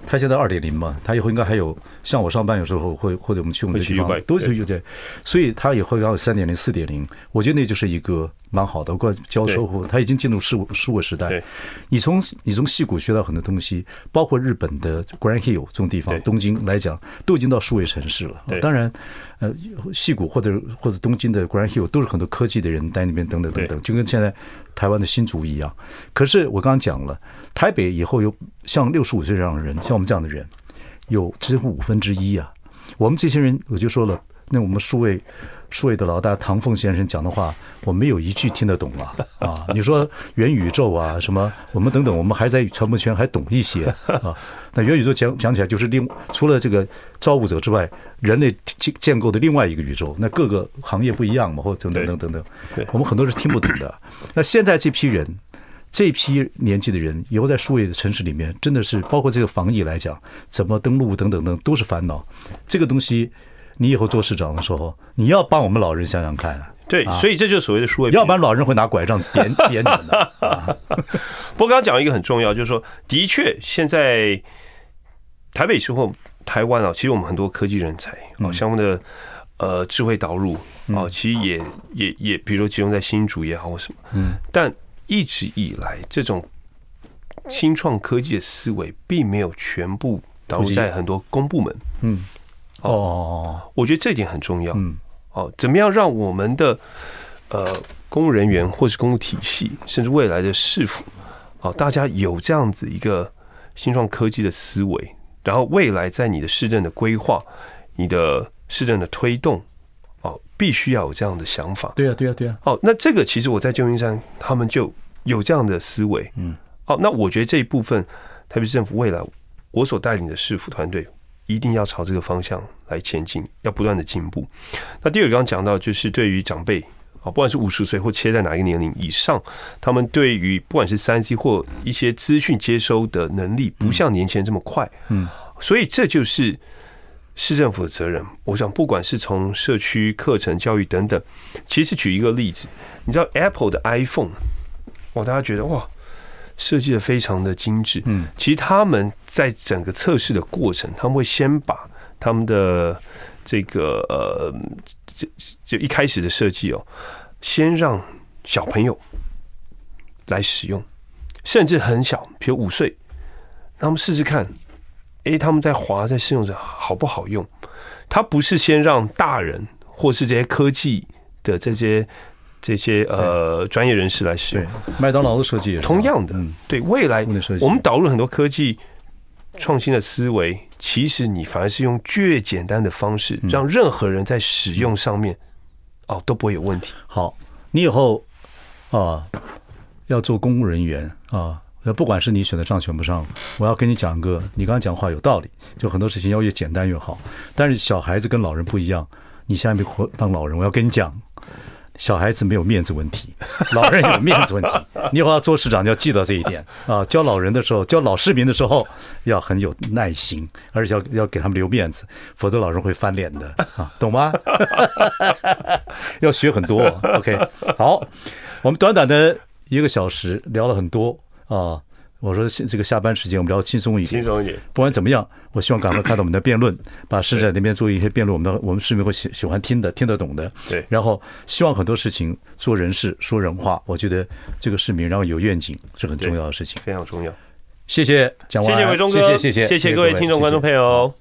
Speaker 1: 它现在二点零嘛，它以后应该还有，像我上班有时候会或者我们去我们的地
Speaker 2: 会
Speaker 1: 方
Speaker 2: 去 Ubike，
Speaker 1: 都是 U Bike，所以它以后还有三点零、四点零，我觉得那就是一个蛮好的，关于交收后，它已经进入数数位时代
Speaker 2: 对。
Speaker 1: 你从你从戏谷学到很多东西，包括日本的 Grand Hill 这种地方
Speaker 2: 对，
Speaker 1: 东京来讲都已经到数位城市了。
Speaker 2: 对
Speaker 1: 当然，呃，戏谷或者或者东京的 Grand Hill 都是很多科技的人在那边等等等
Speaker 2: 对
Speaker 1: 等。就跟现在台湾的新竹一样。可是我刚刚讲了，台北以后有像六十五岁这样的人，像我们这样的人，有几乎五分之一啊。我们这些人，我就说了，那我们数位数位的老大唐凤先生讲的话，我没有一句听得懂啊啊！你说元宇宙啊，什么我们等等，我们还在传播圈还懂一些啊。那元宇宙讲讲起来就是另除了这个造物者之外，人类建建构的另外一个宇宙，那各个行业不一样嘛，或者等等等等等
Speaker 2: 对，
Speaker 1: 我们很多是听不懂的。那现在这批人。这批年纪的人以后在数位的城市里面，真的是包括这个防疫来讲，怎么登录等等等都是烦恼。这个东西，你以后做市长的时候，你要帮我们老人想想看、啊，
Speaker 2: 对，所以这就是所谓的数位。
Speaker 1: 要不然老人会拿拐杖扁扁你们的。
Speaker 2: 不过刚刚讲一个很重要，就是说，的确现在台北市或台湾啊，其实我们很多科技人才哦，相关的呃智慧导入哦，其实也也也，比如说集中在新竹也好或什么，嗯，但一直以来这种新创科技的思维并没有全部导入在很多公部门，
Speaker 1: 嗯，哦，
Speaker 2: 我觉得这一点很重要。
Speaker 1: 嗯，
Speaker 2: 哦，怎么样让我们的呃公务人员或是公务体系，甚至未来的市府，哦，大家有这样子一个新创科技的思维，然后未来在你的市政的规划、你的市政的推动，哦，必须要有这样的想法。
Speaker 1: 对呀、对呀、对呀、
Speaker 2: 哦，那这个其实我在旧金山，他们就有这样的思维。
Speaker 1: 嗯，
Speaker 2: 哦，那我觉得这一部分，台北市政府未来我所带领的市府团队，一定要朝这个方向来前进，要不断的进步。那第二个刚刚讲到，就是对于长辈。啊，不管是五十岁或切在哪一个年龄以上，他们对于不管是三 C 或一些资讯接收的能力，不像年轻人这么快。
Speaker 1: 嗯，
Speaker 2: 所以这就是市政府的责任。我想，不管是从社区课程教育等等，其实举一个例子，你知道 Apple 的 iPhone，哇，大家觉得哇，设计的非常的精致。
Speaker 1: 嗯，
Speaker 2: 其实他们在整个测试的过程，他们会先把他们的这个呃，这这一开始的设计哦，先让小朋友来使用，甚至很小，比如五岁，让他们试试看，诶，他们在滑在试用着好不好用？它不是先让大人或是这些科技的这些这些呃专业人士来使用
Speaker 1: 对，，麦当劳的设计也是
Speaker 2: 同样的
Speaker 1: 嗯，
Speaker 2: 对未来
Speaker 1: 物理设计
Speaker 2: 我们导入很多科技创新的思维，其实你反而是用最简单的方
Speaker 1: 嗯
Speaker 2: 式，让任何人在使用上面哦都不会有问题。
Speaker 1: 好，你以后啊要做公务人员啊，呃不管是你选择上选不上，我要跟你讲个，你刚刚讲话有道理，就很多事情要越简单越好。但是小孩子跟老人不一样，你现在没活当老人，我要跟你讲，小孩子没有面子问 <laughs> 题，老人有面子问 <laughs> 题。你以后要做市长，你要记得这一点啊！教老人的时候，教老市民的时候，要很有耐心，而且要要给他们留面子，否则老人会翻脸的 <laughs> 啊，懂吗？要学很多。OK，好，我们短短的一个小时聊了很多啊。我说现这个下班时间我们聊轻松一点
Speaker 2: 轻，松一点。
Speaker 1: 不管怎么样，我希望赶快看到我们的辩论，把市长那边做一些辩论，我们的我们市民会喜喜欢听的、听得懂的。
Speaker 2: 对
Speaker 1: 然后希望很多事情做人事、说人话，我觉得这个市民然后有愿景是很重要的事情。
Speaker 2: 非常重要。
Speaker 1: 谢谢蒋万
Speaker 2: 谢
Speaker 1: 安，
Speaker 2: 谢伟忠
Speaker 1: 谢
Speaker 2: 哥，
Speaker 1: 谢谢谢
Speaker 2: 谢谢各位听众观众
Speaker 1: 友。
Speaker 2: 朋友。